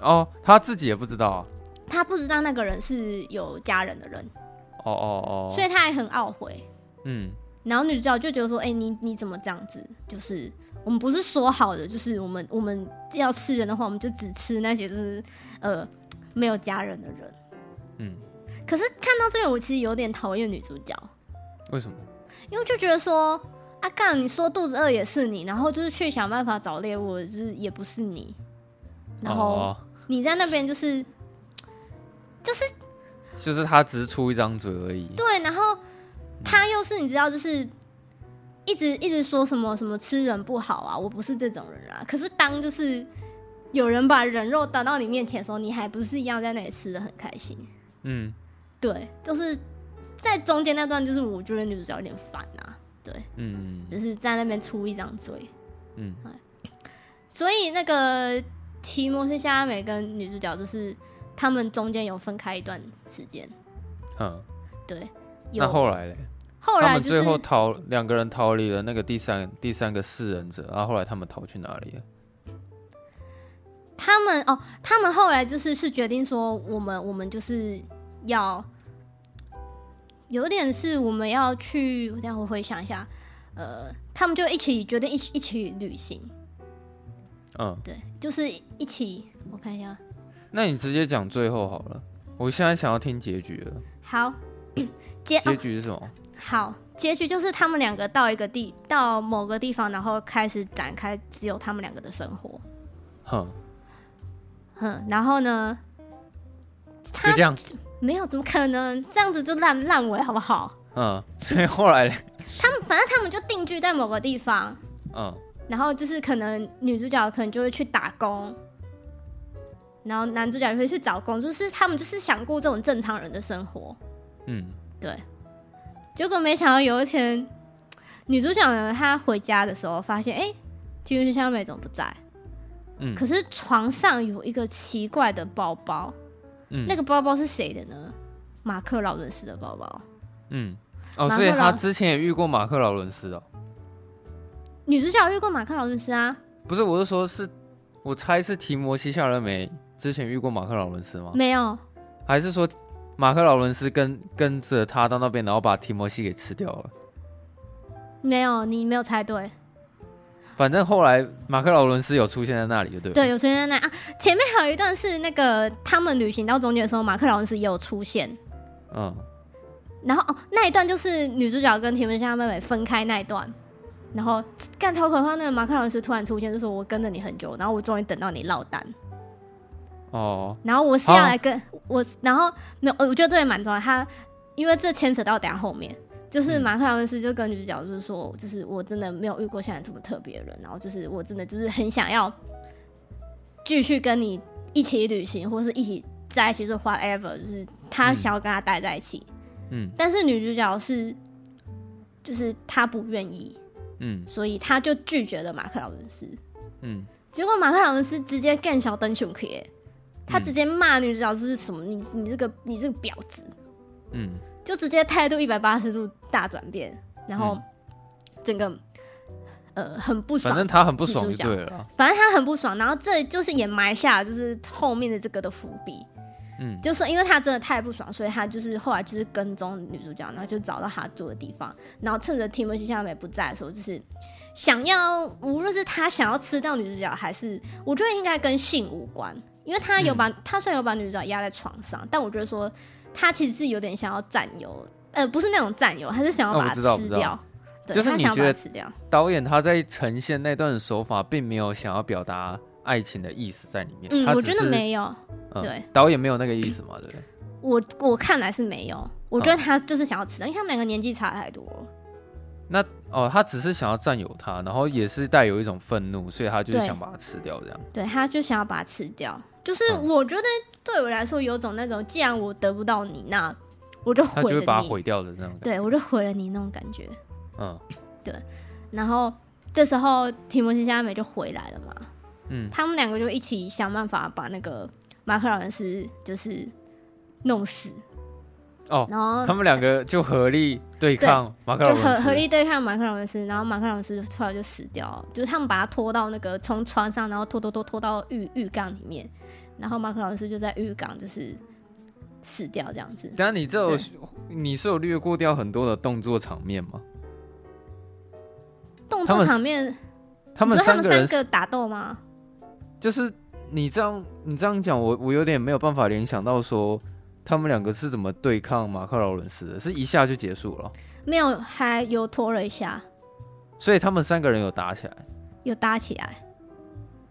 哦，他自己也不知道啊，他不知道那个人是有家人的人，哦哦哦，所以他还很懊悔。嗯然后女主角就觉得说，哎、你你怎么这样子？就是我们不是说好的，就是我们我们要吃人的话，我们就只吃那些就是呃没有家人的人。嗯，可是看到这个，我其实有点讨厌女主角，为什么？因为就觉得说，啊干，你说肚子饿也是你，然后就是去想办法找猎物，就是也不是你，然后哦，你在那边就是就是他只是出一张嘴而已。对，然后他又是你知道，就是一直一直说什么什么吃人不好啊，我不是这种人啊。可是当就是有人把人肉端到你面前的时候，你还不是一样在那里吃的很开心？嗯对，就是在中间那段，就是我觉得女主角有点烦啊，嗯就是在那边出一张嘴。嗯所以那个提摩是夏亚美跟女主角就是他们中间有分开一段时间，嗯，对，有那后来嘞？后他来们就最是后逃，两个人逃离了那个第三第三个四人者，然、啊后后来他们逃去哪里了？他们哦，他们后来就是是决定说，我们我们就是要有点是我们要去，等一下我回想一下，呃，他们就一起决定一起一起旅行，嗯，对，就是一起，我看一下，那你直接讲最后好了。我现在想要听结局了，好， 结结哦局是什么？好，结局就是他们两个到一个地到某个地方，然后开始展开只有他们两个的生活，哼，嗯，然后呢，就这样。没有怎么可能这样子就烂烂尾好不好？嗯，所以后来嘞，他们反正他们就定居在某个地方，嗯，然后就是可能女主角可能就会去打工，然后男主角也会去找工，就是他们就是想过这种正常人的生活，嗯，对。结果没想到有一天，女主角呢她回家的时候发现，哎、金鱼香美总不在，嗯可是床上有一个奇怪的包包，嗯那个包包是谁的呢？马克劳伦斯的包包。嗯，哦，马所以克他劳之前也遇过马克劳伦斯哦，女主角遇过马克劳伦斯啊？不是，我是说是，我猜是提摩西夏勒梅之前遇过马克劳伦斯吗？没有，还是说马克劳伦斯跟跟着他到那边，然后把提摩西给吃掉了？没有，你没有猜对。反正后来马克劳伦斯有出现在那里，就对了。对，有出现在那啊。前面还有一段是那个他们旅行到中间的时候，马克劳伦斯也有出现。嗯然后哦，那一段就是女主角跟提门香妹妹分开那一段。然后干超可怕，那个马克劳伦斯突然出现，就说我跟着你很久，然后我终于等到你落单，哦，然后我是要好来跟、我，然后没有，呃我觉得这也蛮重要。他因为这牵扯到等一下后面，就是嗯马克劳伦斯就跟女主角就是说，就是我真的没有遇过像你这么特别的人，然后就是我真的就是很想要继续跟你一起旅行，或是一起在一起，就是 whatever，就是他嗯想要跟他待在一起，嗯但是女主角是就是她不愿意，嗯所以她就拒绝了马克劳伦斯。嗯，结果马克劳伦斯直接干小灯熊 K，耶他直接骂女主角就是什么你你这个你这个婊子，嗯就直接态度一百八十度大转变，然后整个呃很不爽，嗯反反正正他很不爽就对了嗯啦。他很不爽，然后这就是也埋下了就是后面的这个的伏笔，嗯就是因为他真的太不爽，所以他就是后来就是跟踪女主角，然后就找到她住的地方，然后趁着提莫西夏美不在的时候，就是想要，无论是他想要吃掉女主角，还是我觉得应该跟性无关，因为他有嗯把、他虽然有把女主角压在床上，但我觉得说他其实是有点想要占有，呃，不是那种占有，他是想要哦把我它知道吃我知道掉，对，就是他你想要觉把它得吃掉。导演他在呈现那段的手法，并没有想要表达爱情的意思在里面。嗯，他我只觉得是没有，嗯对导演没有那个意思嘛，对不对？我我看来是没有，我哦觉得他就是想要吃掉，因为他们两个年纪差太多了。那哦，他只是想要占有他，然后也是带有一种愤怒，所以他就是对想把它吃掉这样。对，他就想要把它吃掉。就是嗯我觉得对我来说有种那种，既然我得不到你，那我就他毁就了会把它你，毁掉的那种感觉。对我就毁了你那种感觉。嗯然后这时候提摩西夏美就回来了嘛，嗯他们两个就一起想办法把那个马克劳伦斯就是弄死，哦，然 后他们两个就合力对嗯对抗马克就劳合伦斯。合力对抗马克劳伦斯，然后马克劳伦斯出来就死掉了，就是他们把他拖到那个从船上，然后拖拖拖拖到浴浴缸里面，然后马克劳伦斯就在浴缸就是死掉这样子。但你这有对你是有略过掉很多的动作场面吗？动他作们场面，他们你说他三们个人三个打斗吗？就是你这样你这样讲，我我有点没有办法联想到说他们两个是怎么对抗马克劳伦斯的，是一下就结束了，没有，还有拖了一下，所以他们三个人有打起来有打起来。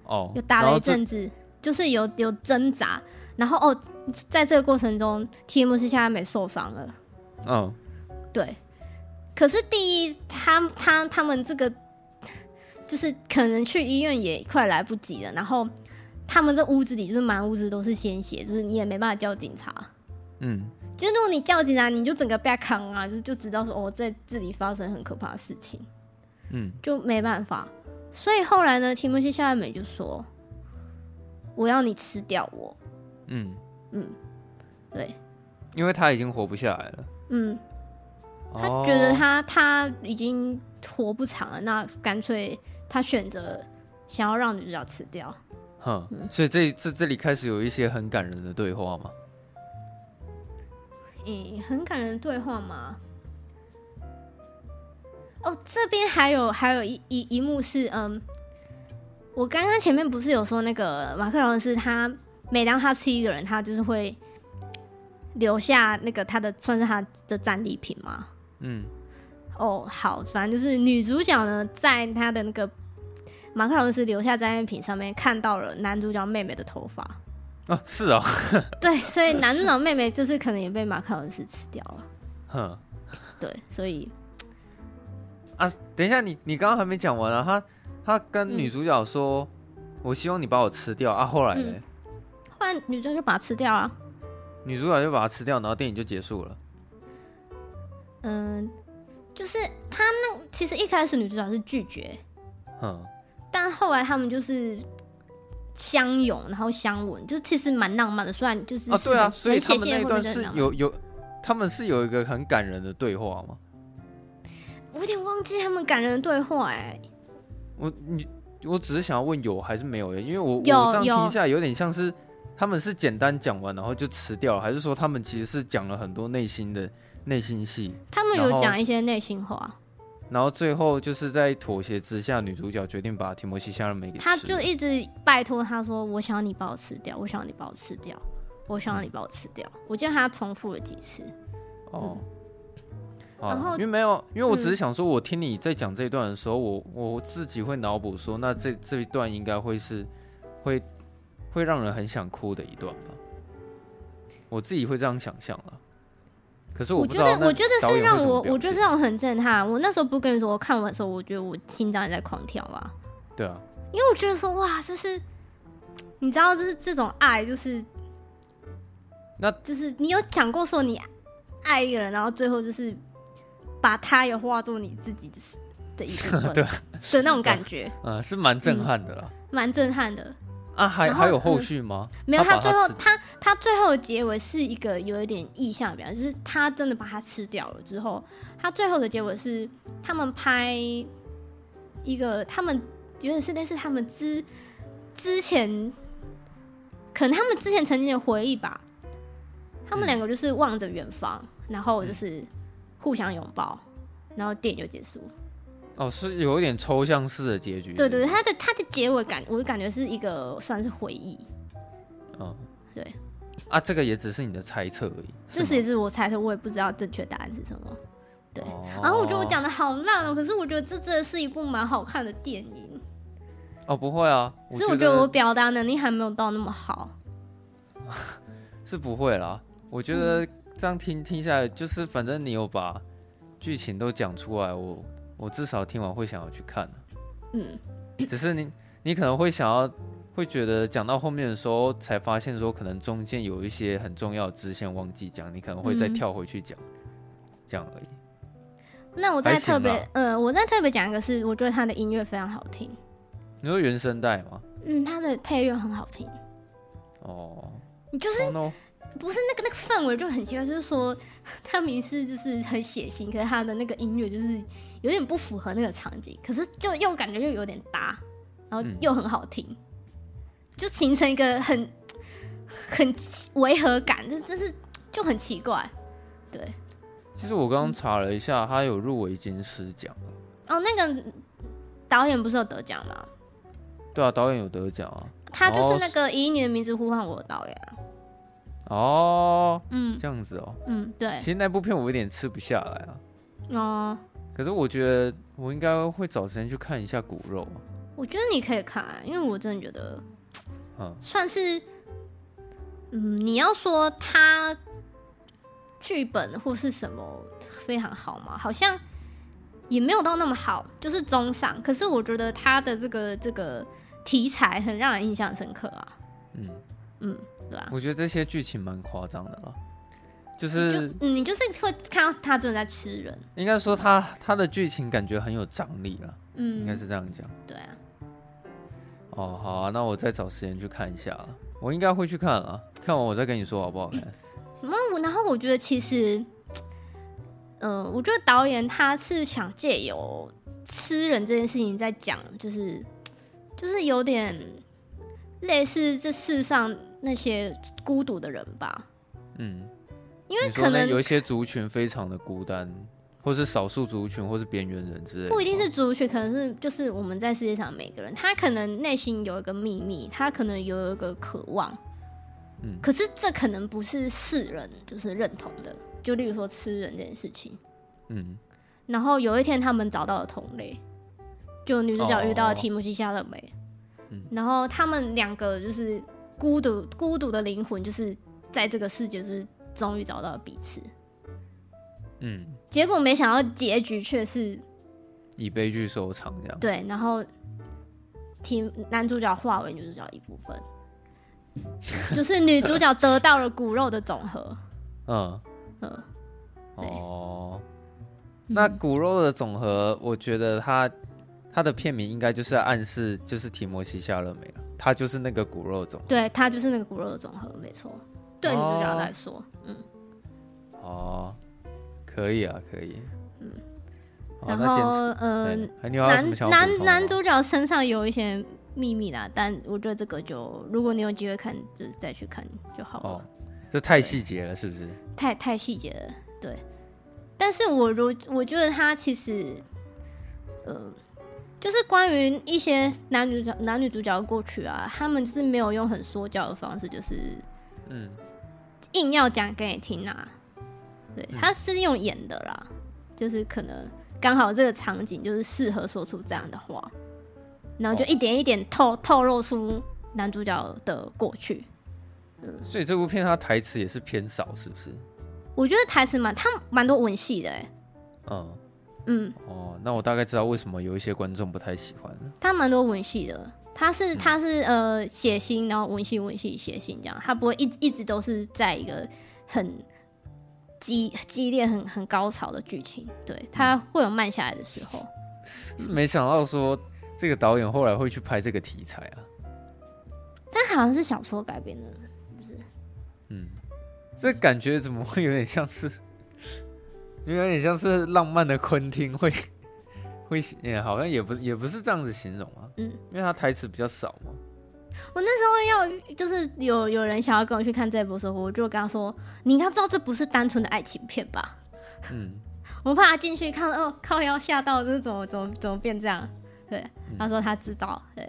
哦，有打然了后一这阵子，就是有有挣扎，然后哦，在这个过程中，TMC 现在没受伤了，嗯，对。可是第一，他他他们这个就是可能去医院也快来不及了，然后他们这屋子里就是满屋子都是鲜血，就是你也没办法叫警察。嗯，就是如果你叫警察，你就整个被扛啊，就是就知道说哦，在这里发生很可怕的事情。嗯，就没办法。所以后来呢，提莫西夏美就说：“我要你吃掉我。嗯，”对，因为他已经活不下来了，嗯，他哦觉得他、他已经活不长了，那干脆他选择想要让女主角吃掉。哦哼，所以这这这里开始有一些很感人的对话嘛，嗯，很感人的对话嘛。哦，这边还有还有一一一幕是，嗯，我刚刚前面不是有说那个马克劳伦斯他每当他吃一个人，他就是会留下那个他的算是他的战利品吗？嗯哦，好，反正就是女主角呢，在她的那个马克劳伦斯留下战利品上面看到了男主角妹妹的头发，啊是啊，对，所以男主角妹妹就是可能也被马克劳伦斯吃掉了，哼对，所以啊，等一下你你刚刚还没讲完啊，他他跟嗯女主角说，我希望你把我吃掉啊，后来呢，嗯后来女主角就把它吃掉啊。女主角就把它吃掉，然后电影就结束了，嗯，就是她那其实一开始女主角是拒绝，哼。嗯但后来他们就是相拥，然后相吻，就是其实蛮浪漫的。虽然就是啊，对啊，很所以他很们血腥那一的会啊段被是认到有有，他们是有一个很感人的对话嘛。我有点忘记他们感人的对话哎、我你我只是想要问有还是没有耶，因为我我有这样听有下来有点像是他们是简单讲完然后就辞掉了，还是说他们其实是讲了很多内心的内心戏，他们然有后讲一些内心话，然后最后就是在妥协之下，女主角决定把提摩西·夏勒梅给他吃就了一直拜托他说：“我想要你把我吃掉，我想要你把我吃掉，我想嗯要你把我吃掉。我记得他重复了几次。哦。嗯然后，啊因为没有，因为我只嗯是想说，我听你在讲这一段的时候，我我自己会脑补说，那这这一段应该会是会会让人很想哭的一段吧，我自己会这样想象了。可是我不觉知道得，那我觉得导是演会让怎么我，表我觉得是现让我很震撼。我那时候不是跟你说，我看完的时候，我觉得我心脏也在狂跳吧，对啊，因为我觉得说，哇，这是，你知道，就是这种爱，就是，那就是你有讲过说你爱一个人，然后最后就是把他也化作你自己的的一部分， 对啊的那种感觉，嗯，是蛮震撼的啦。蛮震撼的。啊，嗯还然还后有后嗯续吗？没有，他他把最后吃他他最后的结尾是一个有一点意象的表现，就是他真的把它吃掉了之后，他最后的结尾是他们拍一个他们有点是类似他们之之前，可能他们之前曾经的回忆吧。他们嗯两个就是望着远方，然后就是互相拥抱，然后电影就结束。哦，是有一点抽象式的结局。对对对，是不他的他的结尾感，我就感觉是一个算是回忆，是嗯，对啊，这个也只是你的猜测而已。这是是也吗是我猜测，我也不知道正确答案是什么。对哦然后我觉得我讲的好烂哦、可是我觉得这真的是一部蛮好看的电影，哦不会啊，可是我觉得我表达能力还没有到那么好。是不会啦。我觉嗯得这样听听下来，就是反正你有把剧情都讲出来，我我至少听完会想要去看啊、嗯，只是你你可能会想要会觉得讲到后面的时候，才发现说可能中间有一些很重要的支线忘记讲，你可能会再嗯跳回去讲，这样而已。那我再还行特别啦，呃，我再特别讲一个是，我觉得他的音乐非常好听，你说原声带吗？嗯，他的配乐很好听，哦，你就是是 no，不是那个那个氛围就很奇怪，就是说他明明是就是很血腥，可是他的那个音乐就是有点不符合那个场景，可是就又感觉又有点搭，然后嗯又很好听，就形成一个很很违和感，这真是就很奇怪。对，其实我刚刚查了一下，他有入围金狮奖啊。哦，那个导演不是有得奖吗？对啊，导演有得奖啊。他就是哦那个以你的名字呼唤我的导演啊。哦，嗯这样子哦。嗯，对其，实那部片我有点吃不下来啊，哦，可是我觉得我应该会找时间去看一下骨肉啊。我觉得你可以看、啊，因为我真的觉得嗯，算是，嗯，你要说他剧本或是什么非常好嘛，好像也没有到那么好，就是中上。可是我觉得他的这个这个题材很让人印象深刻啊，嗯，嗯，对吧、我觉得这些剧情蛮夸张的啦，就你是就你就是会看到他真的在吃人，应该说它它的剧情感觉很有张力啦，嗯，应该是这样讲。对啊，哦，好啊，那我再找时间去看一下啦。我应该会去看啊，看完我再跟你说好不好嗯看？那我然后我觉得其实，嗯、我觉得导演他是想借由吃人这件事情在讲，就是就是有点类似这世上那些孤独的人吧，嗯，因为你说可那能有一些族群非常的孤单，或是少数族群，或是边缘人之类的。不一定是族群，可能是就是我们在世界上每个人，他可能内心有一个秘密，他可能有一个渴望，嗯可是这可能不是世人就是认同的，就例如说吃人这件事情。嗯，然后有一天他们找到了同类，就女主角遇到了哦提姆西夏勒梅，嗯然后他们两个就是孤独孤独的灵魂，就是在这个世界就是终于找到了彼此。嗯，结果没想到结局却是以悲剧收场这样。对，然后提男主角化为女主角一部 分，就是女主角得到了骨肉的总和。嗯，嗯，对嗯哦，那骨肉的总和，我觉得它它的片名应该就是暗示就是提摩西夏勒梅了，他就是那个骨肉总对，她就是那个骨肉的总和，没错。对女主角来说，哦嗯。和。哦，可以啊，可以。嗯，好，然哦那简后，嗯、对还你还有什么想男要补男充男的吗主角身上有一些秘密啦，但我觉得这个就如果你有机会看，就再去看就好了，哦，这太细节了，是不是？太太细节了。对，但是我如我觉得他其实，呃，就是关于一些男女主角男女主角的过去啊，他们就是没有用很说教的方式，就是嗯，硬要讲给你听啊。对，嗯他是用演的啦，就是可能刚好这个场景就是适合说出这样的话，然后就哦一点一点透透露出男主角的过去。所以这部片它台词也是偏少，是不是？我觉得台词蛮，他蛮多文戏的、欸，嗯，嗯，哦，那我大概知道为什么有一些观众不太喜欢了。他蛮多文戏的。他嗯是他是呃写信，然后文戏文戏写信这样，他不会一直一直都是在一个很激激烈、很很高潮的剧情，对他会有慢下来的时候。是没想到说这个导演后来会去拍这个题材啊。但好像是小说改编的，嗯，这感觉怎么会有点像是，就有点像是浪漫的昆汀会会，也好像也不也不是这样子形容啊。嗯，因为他台词比较少嘛。就是有有人想要跟我去看这部的时候，我就跟他说：“你应该知道这不是单纯的爱情片吧嗯，？”我怕他进去看，哦，靠腰吓到，这是怎么怎么怎么变这样？对，他说他知道，对，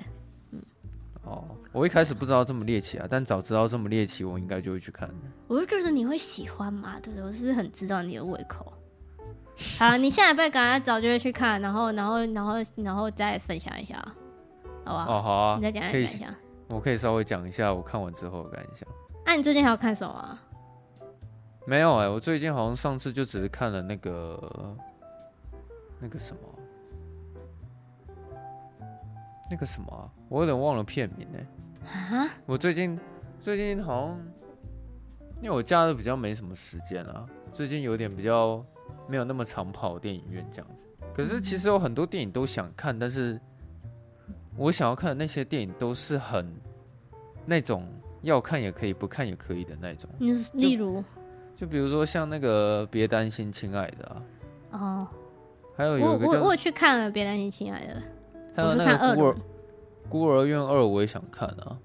哦，我一开始不知道这么猎奇啊，但早知道这么猎奇，我应该就会去看的。我就觉得你会喜欢嘛，对不对？我是很知道你的胃 口。好了，你下礼拜赶快找机会去看，然后然后然后然后再分享一下，好吧？哦，好啊你再讲一可以讲一下。我可以稍微讲一下我看完之后的感想。那、你最近还要看什么、啊？没有哎、我最近好像上次就只是看了那个那个什么啊那个什么啊、我有点忘了片名哎、我最近最近好像因为我假日比较没什么时间啊，最近有点比较没有那么常跑电影院这样子。可是其实有很多电影都想看，但是我想要看的那些电影都是很那种要看也可以，不看也可以的那种。你是例如就比如说像那个《别担心，亲爱的》啊，哦，还有有我一个我我叫有去看了《别担心，亲爱的》。还有我去那看个二孤儿轮孤儿院二，我也想看啊。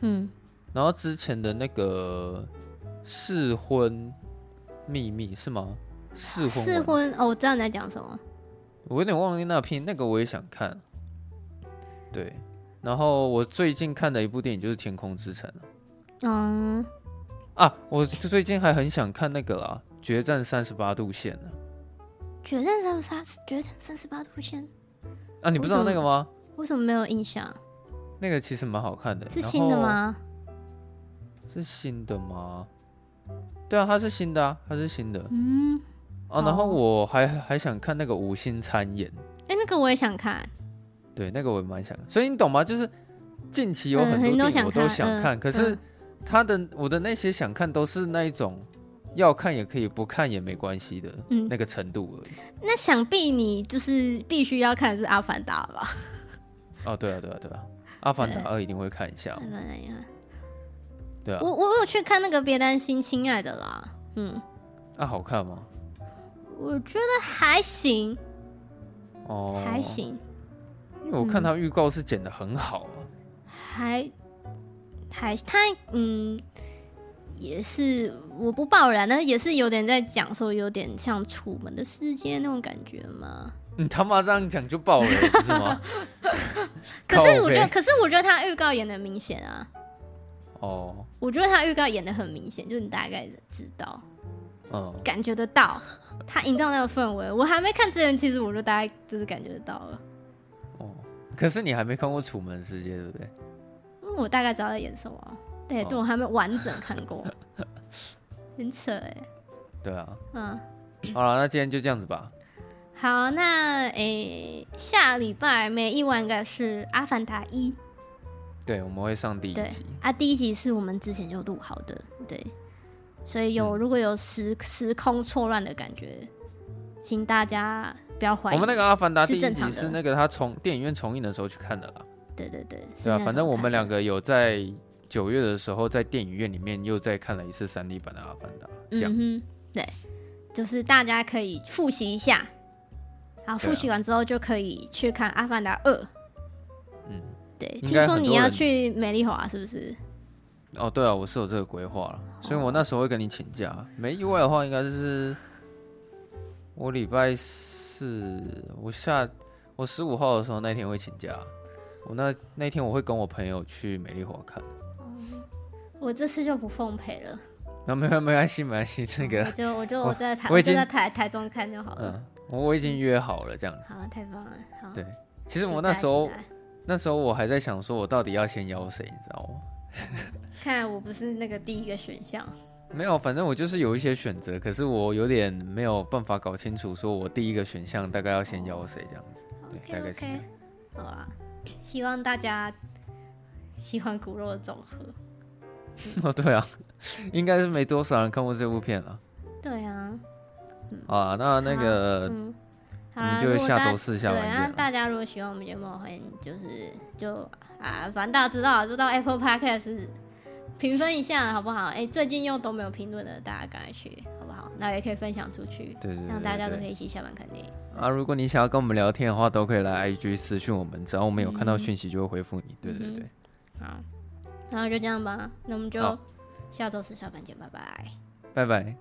嗯，然后之前的那个试婚秘密是吗？试婚试完婚哦，我知道你在讲什么。我有点忘记那片，那个我也想看。对，然后我最近看的一部电影就是《天空之城》嗯，啊，我最近还很想看那个啦，《决战三十八度线》啊呢。决战三十八，决战三十八度线，啊，你不知道那个吗？为什么没有印象？那个其实蛮好看的。是新的？吗？是新的吗？对啊，它是新的啊，它是新的嗯，啊。然后哦我还还想看那个无心参演，哎、那个我也想看，对，那个我也蛮想。所以你懂吗？就是近期有嗯很很多多电想影我都看想嗯看，可是嗯他的我的那些想看都是那一种要看也可以，不看也没关系的嗯那个程度而已。那想必你就是必须要看的是《阿凡达》 吧？哦，对啊，对啊，对啊，《阿凡达对二》一定会看一下阿，凡达也啊看对啊我，我我有去看那个《别担心，亲爱的》啦，嗯，那、啊好看吗？我觉得还行，哦，还，行，嗯因为我看他预告是剪的很好啊。还还他嗯，也是我不爆燃，但是也是有点在讲说有点像《楚门的世界》那种感觉嘛。你他妈这样讲就爆了，不是吗？ 可是靠我觉得，背可是我觉得他预告演的明显啊，哦，我觉得他预告演的很明显，就你大概知道。嗯，感觉得到，他营造那个氛围。我还没看之前，其实我就大概就是感觉得到了，哦，可是你还没看过《楚门的世界》，对不对？因为我大概知道在演什么啊。对，哦对我还没完整看 过，很扯哎、对啊。嗯，好了，那今天就这样子吧。好，那诶、下礼拜每一晚应该是《阿凡达一》对，我们会上第一对集。啊，第一集是我们之前就录好的，对，所以嗯有、如果有时时空错乱的感觉，请大家不要怀疑。我们那个《阿凡达》是第一正常集的是那个他重电影院重映的时候去看的啦，对对对，是对啊，那反时候正我看们的两个有在九月的时候在电影院里面又再看了一次3 D 版的《阿凡达》，这样、嗯哼，对，就是大家可以复习一下，好，对啊复习完之后就可以去看《阿凡达二》。嗯，对，应听该说很你多要人去美丽华是不是？哦，对啊，我是有这个规划了，所以我那时候会跟你请假，没意外的话应该就是我礼拜四，我下我十五号的时候那天会请假，我那那天我会跟我朋友去美丽华看，我这次就不奉陪了，那没没关系没关系，那我个就我就我我在台我已就经在台台中看就 好了。嗯，我我已经约好了这样子。好，太棒了，好。对其实期我那待时候期待那时候我还在想，说我到底要先邀谁，你知道吗？看来我不是那个第一个选项。没有，反正我就是有一些选择，可是我有点没有办法搞清楚，说我第一个选项大概要先邀谁这样子。对，大 OK 概是这样 OK，。好啊，希望大家喜欢骨肉的总和。 哦，对啊，应该是没多少人看过这部片了对啊，啊。那那个，嗯，我好啦们就如果下大周四下对，那完见了。大家如果喜欢我们节目，欢迎就是就啊，反正大家知道，就到 Apple Podcast 评分一下好不好？哎、最近又都没有评论了，大家赶快去好不好？那也可以分享出去，对对让大家对都可以对一起下班看电影。啊！如果你想要跟我们聊天的话，都可以来 IG 私讯我们，只要我们有看到嗯讯息就会回复你。对嗯对哼对，好，然后就这样吧，那我们就好下周四下班见，拜拜。拜拜。